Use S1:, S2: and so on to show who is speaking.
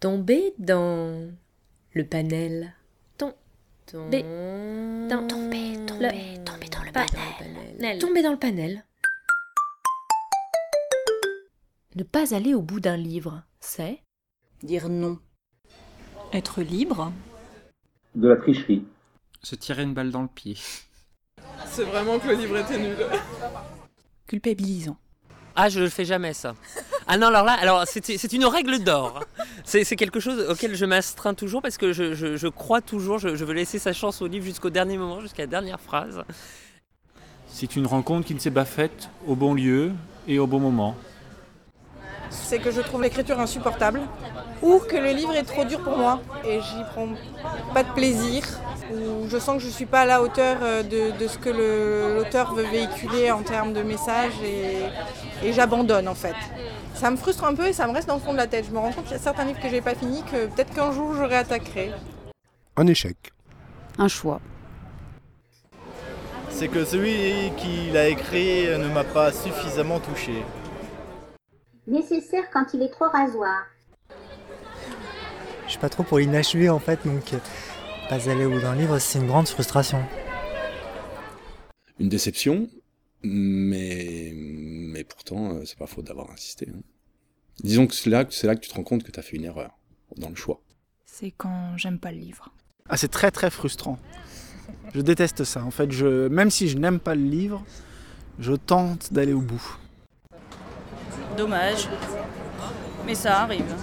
S1: Tomber dans le panel. Tom-
S2: Tomber
S1: dans-
S2: tomber, tomber, tomber dans le
S1: Pas
S2: panel. Nel.
S1: Tomber dans le panel. Ne pas aller au bout d'un livre, c'est
S3: Dire non.
S4: Être libre.
S5: de la tricherie,
S6: Se tirer une balle dans le pied.
S7: C'est vraiment que le livre était nul.
S4: Culpabilisant.
S8: Ah, je le fais jamais ça. Ah non, alors là, alors c'est c'est une règle d'or. C'est c'est quelque chose auquel je m'astreins toujours parce que je, je- je crois toujours, je, je veux laisser sa chance au livre jusqu'au dernier moment, jusqu'à la dernière phrase.
S9: C'est une rencontre qui ne s'est pas faite au bon lieu et au bon moment.
S7: C'est que je trouve l'écriture insupportable ou que le livre est trop dur pour moi et j'y prends pas de plaisir ou je sens que je suis pas à la hauteur euh, de, de ce que le- l'auteur veut véhiculer en termes de message et, et j'abandonne en fait. Ça me frustre un peu et ça me reste dans le fond de la tête. Je me rends compte qu'il y a certains livres que j'ai pas finis que peut-être qu'un jour je réattaquerai.
S10: Un échec.
S2: Un choix.
S11: C'est que celui qui l'a écrit ne m'a pas suffisamment touché.
S12: Nécessaire quand il est trop rasoir.
S13: Je suis pas trop pour l'inachevé en fait, donc euh, pas aller au bout d'un livre, c'est une grande frustration.
S14: Une déception, mais, mais pourtant, euh, c'est pas faute d'avoir insisté. hein. Disons que c'est là, c'est là que tu te rends compte que t'as fait une erreur dans le choix.
S4: C'est quand j'aime pas le livre.
S15: Ah, c'est très très frustrant. Je déteste ça. En fait, je, même si je n'aime pas le livre, je tente d'aller au bout.
S16: Dommage. Mais ça arrive.